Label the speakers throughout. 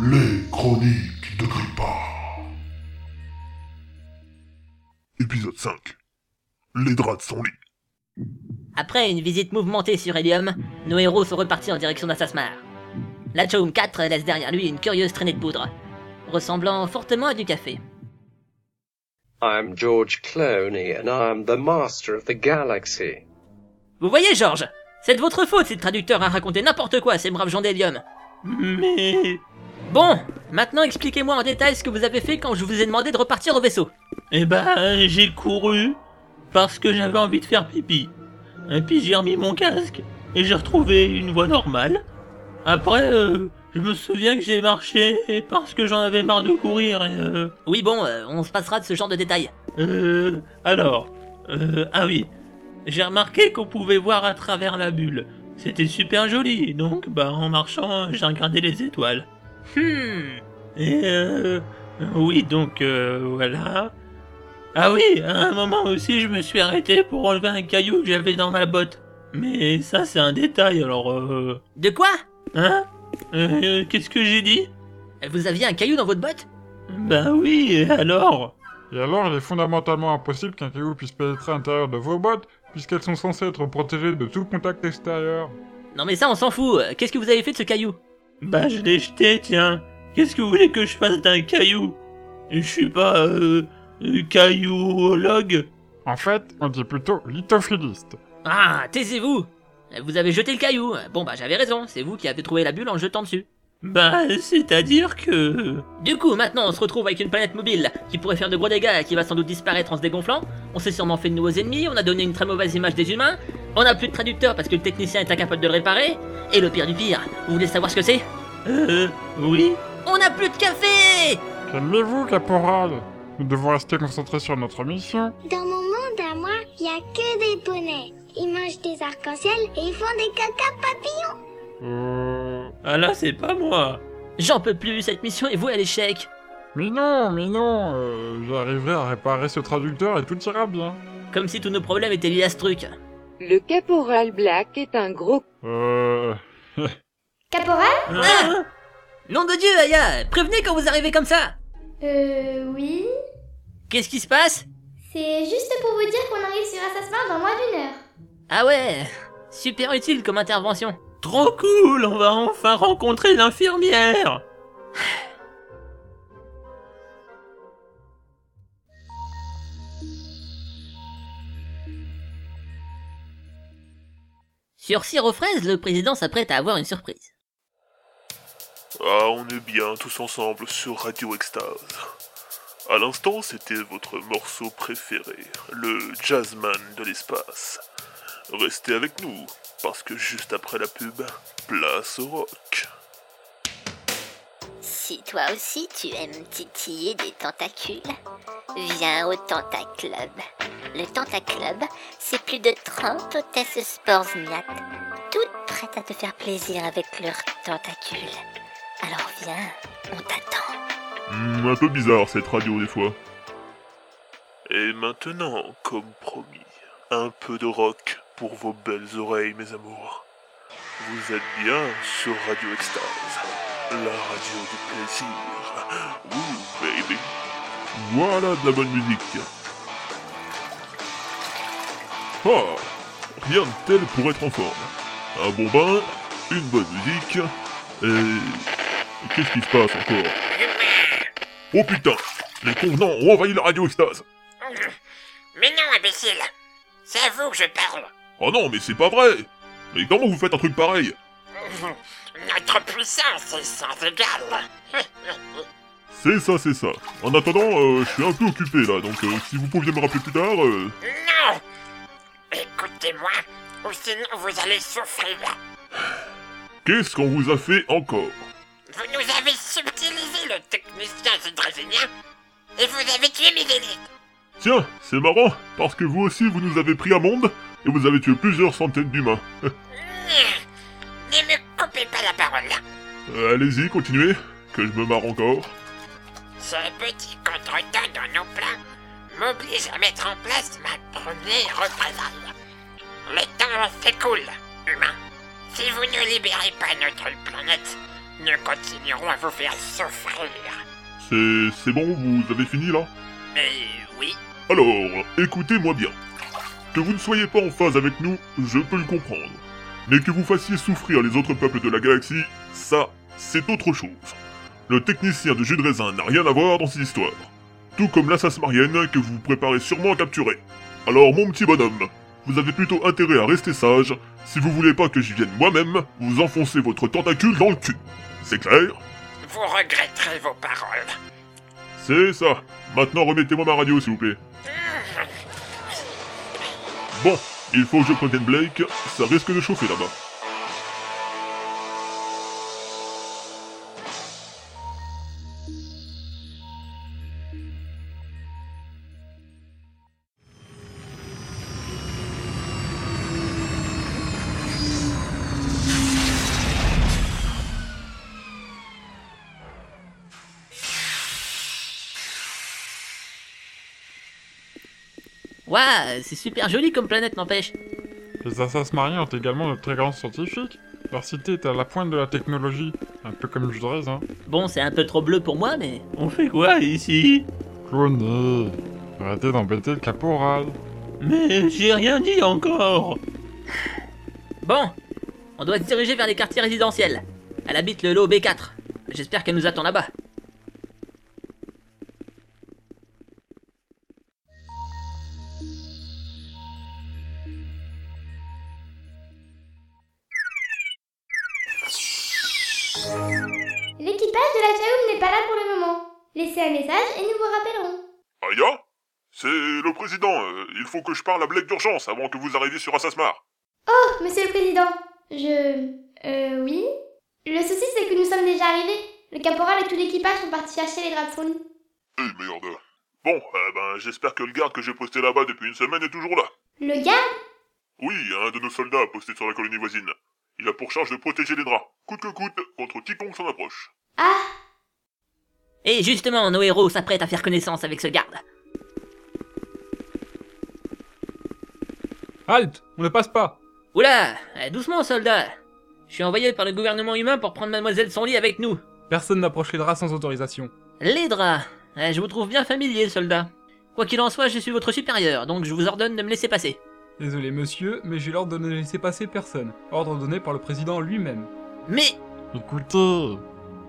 Speaker 1: Les chroniques de Grippa. Épisode 5. Les draps de son lit.
Speaker 2: Après une visite mouvementée sur Helium, nos héros sont repartis en direction d'Assasmar. La Chaume 4 laisse derrière lui une curieuse traînée de poudre, ressemblant fortement à du café.
Speaker 3: I'm George Clooney, and I'm the master of the galaxy.
Speaker 2: Vous voyez, Georges C'est de votre faute si le traducteur a raconté n'importe quoi à ces braves gens d'Helium. Mais... Bon, maintenant expliquez-moi en détail ce que vous avez fait quand je vous ai demandé de repartir au vaisseau.
Speaker 4: Eh ben, j'ai couru parce que j'avais envie de faire pipi. Et puis j'ai remis mon casque et j'ai retrouvé une voie normale. Après, euh, je me souviens que j'ai marché parce que j'en avais marre de courir et... Euh,
Speaker 2: Oui bon, euh, on se passera de ce genre de détails.
Speaker 4: euh, alors, euh, ah oui, j'ai remarqué qu'on pouvait voir à travers la bulle. C'était super joli, donc bah, en marchant, j'ai regardé les étoiles.
Speaker 2: Hmm...
Speaker 4: Et euh, oui, donc euh, voilà. Ah oui, à un moment aussi, je me suis arrêté pour enlever un caillou que j'avais dans ma botte. Mais ça, c'est un détail, alors... Euh,
Speaker 2: De quoi
Speaker 4: hein Euh, Qu'est-ce que j'ai dit
Speaker 2: Vous aviez un caillou dans votre botte
Speaker 4: Bah oui, et alors
Speaker 5: Et alors, il est fondamentalement impossible qu'un caillou puisse pénétrer à l'intérieur de vos bottes, puisqu'elles sont censées être protégées de tout contact extérieur.
Speaker 2: Non mais ça on s'en fout, euh, qu'est-ce que vous avez fait de ce caillou
Speaker 4: Bah je l'ai jeté, tiens. Qu'est-ce que vous voulez que je fasse d'un caillou Je suis pas... Euh, euh, caillouologue
Speaker 5: En fait, on dit plutôt lithophiliste.
Speaker 2: Ah, taisez-vous Vous avez jeté le caillou. Bon bah j'avais raison, c'est vous qui avez trouvé la bulle en le jetant dessus.
Speaker 4: Bah c'est-à-dire que...
Speaker 2: Du coup, maintenant on se retrouve avec une planète mobile qui pourrait faire de gros dégâts et qui va sans doute disparaître en se dégonflant. On s'est sûrement fait de nouveaux ennemis, on a donné une très mauvaise image des humains, on n'a plus de traducteur parce que le technicien est incapable de le réparer. Et le pire du pire, vous voulez savoir ce que c'est
Speaker 4: Euh, oui
Speaker 2: On n'a plus de café
Speaker 5: Calmez-vous, caporal Nous devons rester concentrés sur notre mission.
Speaker 6: Dans mon monde à moi, il n'y a que des poneys. Ils mangent des arcs-en-ciel et ils font des caca papillons.
Speaker 5: Euh...
Speaker 4: Ah là c'est pas moi
Speaker 2: J'en peux plus, cette mission est vouée à l'échec.
Speaker 5: Mais non, mais non euh, J'arriverai à réparer ce traducteur et tout ira bien.
Speaker 2: Comme si tous nos problèmes étaient liés à ce truc.
Speaker 7: Le caporal Black est un gros
Speaker 5: Euh...
Speaker 6: Caporal
Speaker 4: Hein
Speaker 2: Nom de Dieu, Aya Prévenez quand vous arrivez comme ça
Speaker 6: Euh, oui.
Speaker 2: Qu'est-ce qui se passe
Speaker 6: C'est juste pour vous dire qu'on arrive sur Assassin dans moins d'une heure.
Speaker 2: Ah ouais Super utile comme intervention.
Speaker 4: Trop cool, on va enfin rencontrer l'infirmière.
Speaker 2: Sur Cire aux fraises, le président s'apprête à avoir une surprise.
Speaker 8: Ah, on est bien tous ensemble sur Radio Extase. À l'instant, c'était votre morceau préféré, le Jazzman de l'espace. Restez avec nous, parce que juste après la pub, place au rock.
Speaker 9: Si toi aussi tu aimes titiller des tentacules, viens au Tentaclub. Le Tentaclub, c'est plus de 30 hôtesses sportsgnates, toutes prêtes à te faire plaisir avec leurs tentacules. Alors viens, on t'attend.
Speaker 8: Hmm, un peu bizarre cette radio des fois. Et maintenant, comme promis, un peu de rock pour vos belles oreilles, mes amours. Vous êtes bien sur Radio Extase, la radio du plaisir. Ouh, baby. Voilà de la bonne musique. Oh, rien de tel pour être en forme. Un bon bain, une bonne musique, et... Qu'est-ce qui se passe encore Oh putain Les convenants ont envahi la radio extase
Speaker 10: Mais non, imbécile C'est à vous que je parle
Speaker 8: Oh non, mais c'est pas vrai Mais comment vous faites un truc pareil
Speaker 10: Notre puissance est sans égale
Speaker 8: C'est ça, c'est ça. En attendant, euh, je suis un peu occupé là, donc euh, si vous pouviez me rappeler plus tard... euh,
Speaker 10: Non Écoutez-moi, ou sinon vous allez souffrir
Speaker 8: Qu'est-ce qu'on vous a fait encore
Speaker 10: Vous nous avez subtilisé le technicien hydrasinien et vous avez tué mes élites
Speaker 8: Tiens, c'est marrant, parce que vous aussi vous nous avez pris à monde, et vous avez tué plusieurs centaines d'humains.
Speaker 10: Nya. Hmm. Ne me coupez pas la parole
Speaker 8: Euh, Allez-y, continuez, que je me marre encore.
Speaker 10: Ce petit contretemps dans nos plans m'oblige à mettre en place ma première représailles. Le temps s'écoule, humain. Si vous ne libérez pas notre planète, Nous continuerons à vous faire souffrir.
Speaker 8: C'est... c'est bon, vous avez fini là
Speaker 10: Mais oui,
Speaker 8: Alors, écoutez-moi bien. Que vous ne soyez pas en phase avec nous, je peux le comprendre. Mais que vous fassiez souffrir les autres peuples de la galaxie, ça, c'est autre chose. Le technicien de jus de raisin n'a rien à voir dans cette histoire. Tout comme l'assassin marienne que vous vous préparez sûrement à capturer. Alors, mon petit bonhomme, vous avez plutôt intérêt à rester sage. Si vous voulez pas que j'y vienne moi-même, vous enfoncez votre tentacule dans le cul. C'est clair
Speaker 10: vous regretterez vos paroles.
Speaker 8: C'est ça. Maintenant, remettez-moi ma radio, s'il vous plaît. Bon, il faut que je prévienne Blake, ça risque de chauffer là-bas.
Speaker 2: Waouh, c'est super joli comme planète, n'empêche.
Speaker 5: Les assassins mariens ont également de très grands scientifiques. Leur cité est à la pointe de la technologie, un peu comme je dirais, hein.
Speaker 2: Bon, c'est un peu trop bleu pour moi, mais.
Speaker 4: On fait quoi ici
Speaker 5: Cloné Arrêtez d'embêter le caporal
Speaker 4: Mais j'ai rien dit encore
Speaker 2: Bon, on doit se diriger vers les quartiers résidentiels. Elle habite le lot B4. J'espère qu'elle nous attend là-bas.
Speaker 11: L'équipage de la Chaoum n'est pas là pour le moment. Laissez un message et nous vous rappellerons.
Speaker 8: Aya C'est le président, euh, il faut que je parle à Blake d'urgence avant que vous arriviez sur Assasmar.
Speaker 11: Oh, monsieur le président Je. Euh, oui Le souci, c'est que nous sommes déjà arrivés. Le caporal et tout l'équipage sont partis chercher les draps de son lit.
Speaker 8: Eh merde. Bon, euh, ben j'espère que le garde que j'ai posté là-bas depuis une semaine est toujours là.
Speaker 11: Le garde
Speaker 8: Oui, un de nos soldats posté sur la colonie voisine. Il a pour charge de protéger les draps, coûte que coûte, contre quiconque s'en approche.
Speaker 11: Ah
Speaker 2: Et justement, nos héros s'apprêtent à faire connaissance avec ce garde.
Speaker 12: Halte On ne passe pas
Speaker 2: Oula euh, Doucement, soldat Je suis envoyé par le gouvernement humain pour prendre mademoiselle son lit avec nous.
Speaker 12: Personne n'approche les draps sans autorisation.
Speaker 2: Les draps Euh, Je vous trouve bien familier, soldat. Quoi qu'il en soit, je suis votre supérieur, donc je vous ordonne de me laisser passer.
Speaker 12: Désolé monsieur, mais j'ai l'ordre de ne laisser passer personne. Ordre donné par le président lui-même.
Speaker 2: Mais
Speaker 5: Écoutez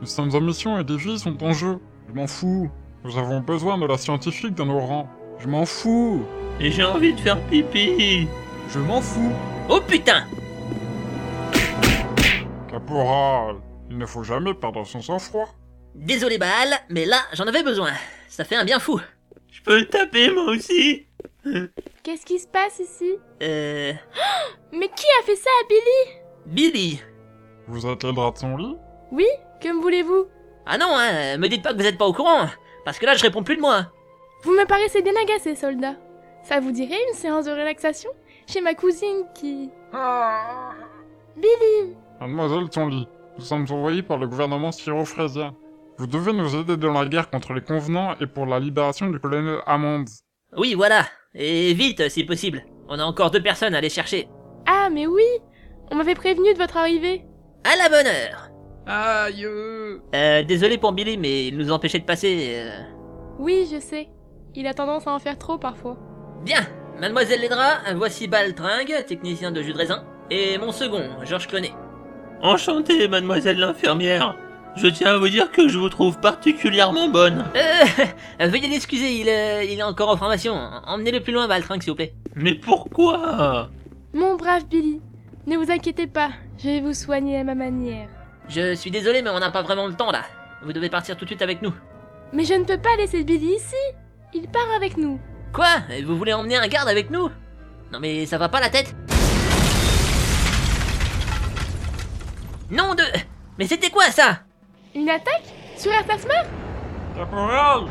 Speaker 5: Nous sommes en mission et des vies sont en jeu. Je m'en fous. Nous avons besoin de la scientifique dans nos rangs. Je m'en fous
Speaker 4: Et j'ai envie de faire pipi
Speaker 12: Je m'en fous
Speaker 2: Oh putain
Speaker 5: Caporal Il ne faut jamais perdre son sang-froid.
Speaker 2: Désolé, Baal, mais là, j'en avais besoin. Ça fait un bien fou.
Speaker 4: Je peux le taper moi aussi
Speaker 7: Qu'est-ce qui se passe ici
Speaker 2: Euh...
Speaker 7: Mais qui a fait ça à Billy
Speaker 2: Billy
Speaker 5: Vous êtes les draps de son lit
Speaker 7: Oui Que me voulez-vous
Speaker 2: Ah non, hein, me dites pas que vous êtes pas au courant, parce que là, je réponds plus de moi.
Speaker 7: Vous me paraissez bien agacé, soldat. Ça vous dirait une séance de relaxation Chez ma cousine qui... Billy
Speaker 5: Mademoiselle Tonli, nous sommes envoyés par le gouvernement syro-phrasien. Vous devez nous aider dans la guerre contre les convenants et pour la libération du colonel Hammond.
Speaker 2: Oui, voilà. Et vite, si possible. On a encore deux personnes à aller chercher.
Speaker 7: Ah, mais oui On m'avait prévenu de votre arrivée.
Speaker 2: À la bonne heure
Speaker 12: Aïe euh.
Speaker 2: Euh, désolé pour Billy, mais il nous empêchait de passer. euh.
Speaker 7: Oui, je sais. Il a tendance à en faire trop parfois.
Speaker 2: Bien Mademoiselle Ledra, voici Baltringue, technicien de jus de raisin, et mon second, Georges Clonet.
Speaker 4: Enchantée, mademoiselle l'infirmière Je tiens à vous dire que je vous trouve particulièrement bonne
Speaker 2: Euh, veuillez l'excuser, il, euh, il est encore en formation. Emmenez-le plus loin, Baltringue, s'il vous plaît.
Speaker 4: Mais pourquoi
Speaker 7: Mon brave Billy, ne vous inquiétez pas, je vais vous soigner à ma manière.
Speaker 2: Je suis désolé, mais on n'a pas vraiment le temps, là. Vous devez partir tout de suite avec nous.
Speaker 7: Mais je ne peux pas laisser Billy ici Il part avec nous.
Speaker 2: Quoi Vous voulez emmener un garde avec nous Non mais ça va pas la tête Non de... Mais c'était quoi ça
Speaker 7: Une attaque Sur Earthasmar
Speaker 5: Caporal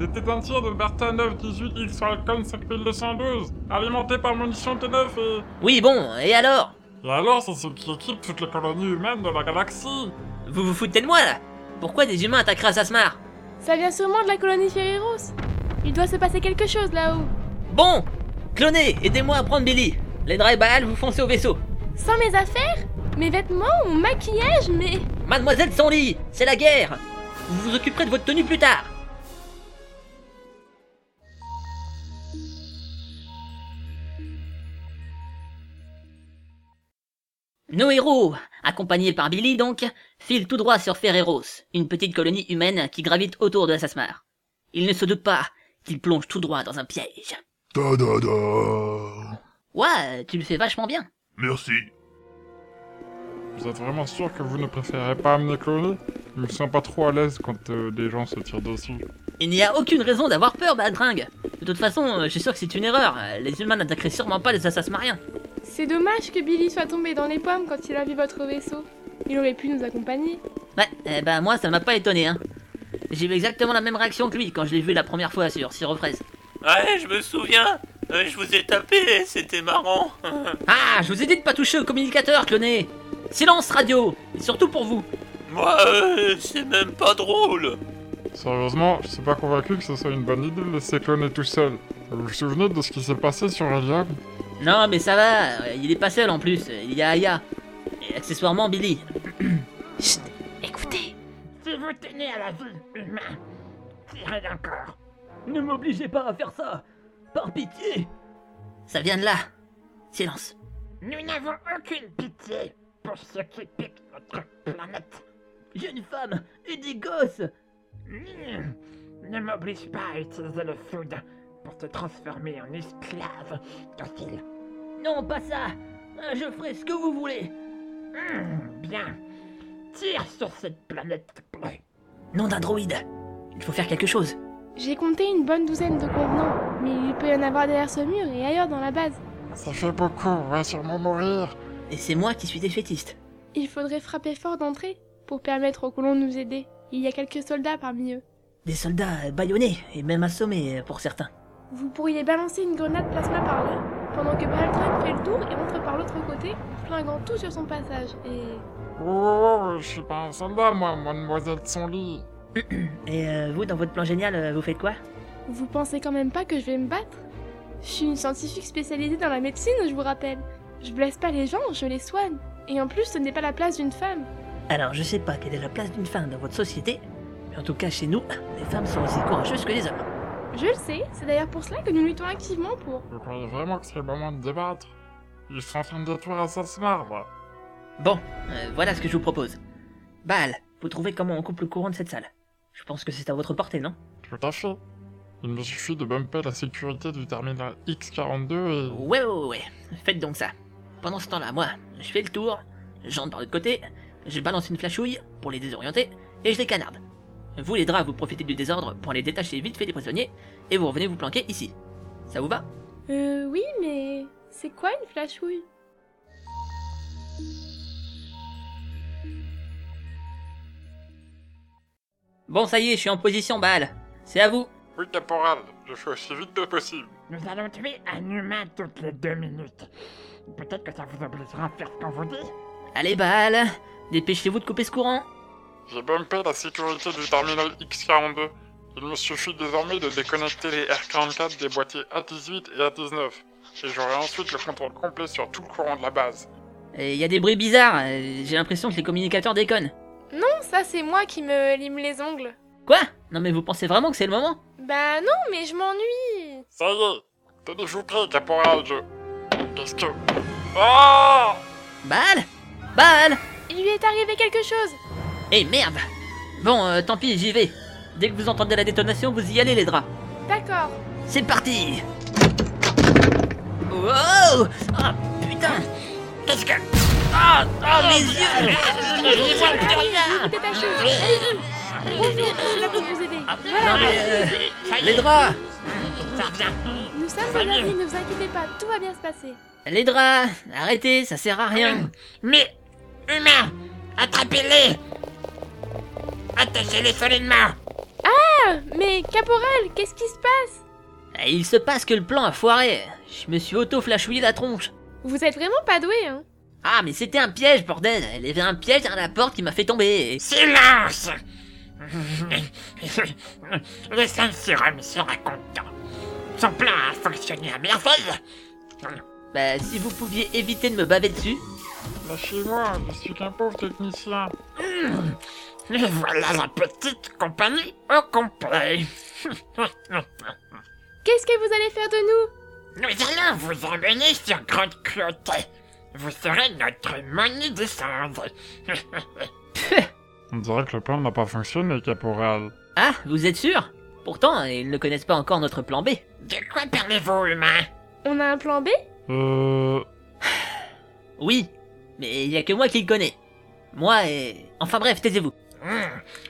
Speaker 5: C'était un tir de Bertha 918X sur Alcon 5212, alimenté par munitions T9 et...
Speaker 2: Oui bon, et alors
Speaker 5: Et alors, c'est ce qui équipe toutes les colonies humaines de la galaxie
Speaker 2: Vous vous foutez de moi là Pourquoi des humains attaqueraient Asmar
Speaker 7: Ça vient sûrement de la colonie Ferreros. Il doit se passer quelque chose là-haut.
Speaker 2: Bon Clonez, aidez-moi à prendre Billy Les Dry Baal vous foncez au vaisseau
Speaker 7: Sans mes affaires Mes vêtements, mon maquillage, mais...
Speaker 2: Mademoiselle Sandy, c'est la guerre Vous vous occuperez de votre tenue plus tard Nos héros, accompagnés par Billy donc, filent tout droit sur Ferreros, une petite colonie humaine qui gravite autour de la Sasmar. Ils ne se doutent pas qu'ils plongent tout droit dans un piège.
Speaker 8: Da da da.
Speaker 2: Ouais, tu le fais vachement bien.
Speaker 8: Merci.
Speaker 5: Vous êtes vraiment sûr que vous ne préférez pas amener Chloé Je me sens pas trop à l'aise quand euh, des gens se tirent dessus.
Speaker 2: Il n'y a aucune raison d'avoir peur, Badring. De toute façon, euh, je suis sûr que c'est une erreur. Euh, Les humains n'attaqueraient sûrement pas les Assasmariens.
Speaker 7: C'est dommage que Billy soit tombé dans les pommes quand il a vu votre vaisseau. Il aurait pu nous accompagner.
Speaker 2: Ouais, eh ben moi ça m'a pas étonné, hein. J'ai eu exactement la même réaction que lui quand je l'ai vu la première fois sur Sirofraise.
Speaker 4: Ouais, je me souviens. Euh, je vous ai tapé, c'était marrant.
Speaker 2: Ah, je vous ai dit de pas toucher au communicateur, cloné Silence radio Et surtout pour vous
Speaker 4: Moi, euh, c'est même pas drôle.
Speaker 5: Sérieusement, je suis pas convaincu que ce soit une bonne idée de laisser cloner tout seul. Vous vous souvenez de ce qui s'est passé sur Eliab
Speaker 2: Non, mais ça va, euh, il est pas seul en plus, euh, il y a Aya. Et accessoirement Billy.
Speaker 10: Écoutez Si vous tenez à la vie humaine, tirez encore. Ne m'obligez pas à faire ça Par pitié
Speaker 2: Ça vient de là Silence
Speaker 10: Nous n'avons aucune pitié pour ceux qui piquent notre planète. Jeune femme et des gosses Mmh. Ne m'oblige pas à utiliser le food pour te transformer en esclave, docile.
Speaker 2: Non, pas ça Euh, Je ferai ce que vous voulez Hum,
Speaker 10: Hmm, bien. Tire sur cette planète, s'il te plaît.
Speaker 2: Nom d'un droïde Il faut faire quelque chose
Speaker 7: J'ai compté une bonne douzaine de convenants, mais il peut y en avoir derrière ce mur et ailleurs dans la base.
Speaker 5: Ça fait beaucoup, on va sûrement mourir.
Speaker 2: Et c'est moi qui suis défaitiste.
Speaker 7: Il faudrait frapper fort d'entrée pour permettre aux colons de nous aider. Il y a quelques soldats parmi eux.
Speaker 2: Des soldats euh, bâillonnés, et même assommés euh, pour certains.
Speaker 7: Vous pourriez balancer une grenade plasma par là, pendant que Baltran fait le tour et entre par l'autre côté, flinguant tout sur son passage. Et
Speaker 5: Oh, oh, oh, je suis pas un soldat, moi, mademoiselle Sonly.
Speaker 2: Et euh, vous, dans votre plan génial, euh, vous faites quoi
Speaker 7: vous pensez quand même pas que je vais me battre Je suis une scientifique spécialisée dans la médecine, je vous rappelle. Je blesse pas les gens, je les soigne. Et en plus, ce n'est pas la place d'une femme.
Speaker 2: Alors, je sais pas quelle est la place d'une femme dans votre société, mais en tout cas, chez nous, les femmes sont aussi courageuses que les hommes.
Speaker 7: Je le sais, c'est d'ailleurs pour cela que nous luttons activement pour.
Speaker 5: Vous croyez vraiment que c'est le moment de débattre Ils sont en train de détruire Assasmar, là.
Speaker 2: Bon, euh, voilà ce que je vous propose. Baal, vous trouvez comment on coupe le courant de cette salle Je pense que c'est à votre portée, non
Speaker 5: Tout à fait. Il me suffit de bumper la sécurité du terminal X42 et...
Speaker 2: Ouais, ouais, ouais, ouais. Faites donc ça. Pendant ce temps-là, moi, je fais le tour, j'entre par l'autre côté, je balance une flashouille pour les désorienter, et je les canarde. Vous, les draps, vous profitez du désordre pour les détacher vite fait des prisonniers, et vous revenez vous planquer ici. Ça vous va
Speaker 7: Euh, oui, mais. C'est quoi une flashouille
Speaker 2: Bon, ça y est, je suis en position, Baal. C'est à vous.
Speaker 5: Oui, caporal, je fais aussi vite que possible.
Speaker 10: Nous allons tuer un humain toutes les deux minutes. Peut-être que ça vous obligera à faire ce qu'on vous dit.
Speaker 2: Allez, Baal, dépêchez-vous de couper ce courant.
Speaker 5: J'ai bumpé la sécurité du terminal X42. Il me suffit désormais de déconnecter les R44 des boîtiers A18 et A19. Et j'aurai ensuite le contrôle complet sur tout le courant de la base.
Speaker 2: Il y a des bruits bizarres, euh, j'ai l'impression que les communicateurs déconnent.
Speaker 7: Non, ça c'est moi qui me lime les ongles.
Speaker 2: Quoi Non mais vous pensez vraiment que c'est le moment
Speaker 7: Bah non, mais je m'ennuie
Speaker 5: Ça y est, tenez-vous prêts, caporal, je... Qu'est-ce que... Ah
Speaker 2: Baal Baal
Speaker 7: Il lui est arrivé quelque chose
Speaker 2: Eh merde Bon, euh, tant pis, j'y vais. Dès que vous entendez la détonation, vous y allez les draps.
Speaker 7: D'accord.
Speaker 2: C'est parti Wow Ah putain
Speaker 10: Qu'est-ce que.
Speaker 2: Ah Ah mes yeux
Speaker 7: Détachez Bonjour, je suis là pour vous aider.
Speaker 2: Non,
Speaker 7: Voilà
Speaker 2: mais, euh, Les draps
Speaker 10: Ça revient.
Speaker 7: Nous sommes
Speaker 10: va
Speaker 7: en avis, ne vous inquiétez pas, tout va bien se passer.
Speaker 2: Les draps Arrêtez, ça sert à rien
Speaker 10: Mais, humains, attrapez-les Attachez-les solidement
Speaker 7: Ah, mais Caporal, qu'est-ce qui se passe
Speaker 2: Et Il se passe que le plan a foiré. Je me suis auto-flashouillé la tronche.
Speaker 7: Vous êtes vraiment pas doué, hein
Speaker 2: Ah mais c'était un piège, bordel Il y avait un piège derrière la porte qui m'a fait tomber.
Speaker 10: Silence Le saint sera content. Son plan a fonctionné à merveille.
Speaker 2: Bah si vous pouviez éviter de me baver dessus,
Speaker 5: Lâchez-moi, je suis qu'un pauvre technicien.
Speaker 10: Et voilà la petite compagnie au complet.
Speaker 7: Qu'est-ce que vous allez faire de nous
Speaker 10: Nous allons vous emmener sur Grande Clotet. Vous serez notre monnaie des cendres.
Speaker 5: On dirait que le plan n'a pas fonctionné, caporal.
Speaker 2: Ah, vous êtes sûr Pourtant, ils ne connaissent pas encore notre plan B.
Speaker 10: De quoi parlez-vous, humain
Speaker 7: On a un plan B
Speaker 5: Euh...
Speaker 2: Oui, mais il y a que moi qui le connais. Moi et... Enfin bref, taisez-vous.
Speaker 10: Hmm.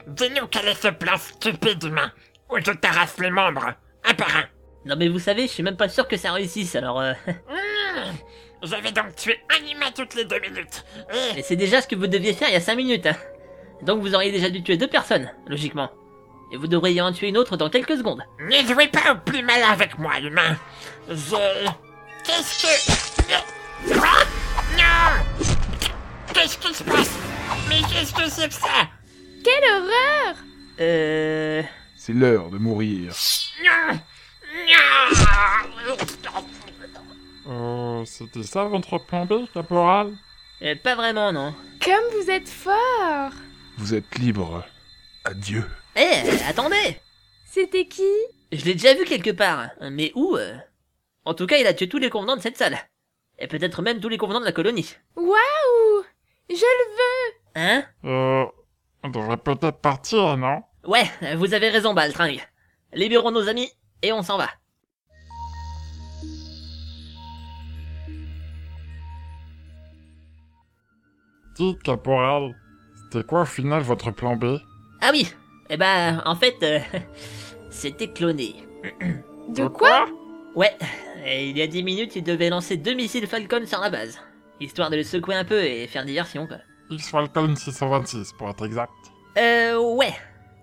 Speaker 10: Dis-nous quel est ce plan stupide, humain, où je t'arrache les membres, un par un.
Speaker 2: Non mais vous savez, je suis même pas sûr que ça réussisse, alors... euh,
Speaker 10: Hmm. Je vais donc tuer un humain toutes les deux minutes. Et
Speaker 2: mais c'est déjà ce que vous deviez faire il y a 5 minutes. hein. Donc vous auriez déjà dû tuer deux personnes, logiquement. Et vous devriez en tuer une autre dans quelques secondes.
Speaker 10: ne jouez pas au plus malin avec moi, humain. Je... Qu'est-ce que... Quoi Non Qu'est-ce qui se passe Mais qu'est-ce que c'est que ça
Speaker 7: Quelle horreur
Speaker 2: Euh...
Speaker 13: C'est l'heure de mourir.
Speaker 10: Non Non
Speaker 5: Oh, c'était ça votre plan B, caporal
Speaker 2: euh, pas vraiment, non.
Speaker 7: Comme vous êtes fort
Speaker 13: Vous êtes libre. Adieu.
Speaker 2: Eh, attendez
Speaker 7: C'était qui
Speaker 2: Je l'ai déjà vu quelque part, mais où euh En tout cas, il a tué tous les convenants de cette salle. Et peut-être même tous les convenants de la colonie.
Speaker 7: Waouh Je le veux
Speaker 2: Hein
Speaker 5: Euh... On devrait peut-être partir, non
Speaker 2: Ouais, vous avez raison, Baltringue. Libérons nos amis, et on s'en va.
Speaker 5: Dites, caporal, c'était quoi au final votre plan B
Speaker 2: Ah oui Eh ben, en fait, euh, c'était cloné.
Speaker 7: De quoi
Speaker 2: Ouais, et il y a 10 minutes, il devait lancer deux missiles Falcon sur la base. Histoire de le secouer un peu et faire diversion, quoi.
Speaker 5: X Falcon 626, pour être exact.
Speaker 2: Euh, ouais.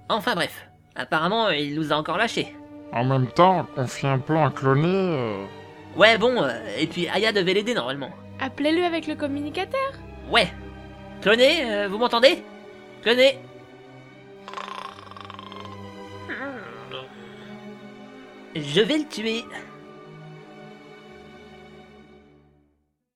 Speaker 2: Enfin bref. Apparemment, il nous a encore lâchés.
Speaker 5: En même temps, confier un plan à cloner... euh,
Speaker 2: Ouais, bon, euh, et puis Aya devait l'aider normalement.
Speaker 7: Appelez-le avec le communicateur
Speaker 2: Ouais. Cloné, euh, vous m'entendez Cloné Je vais le tuer.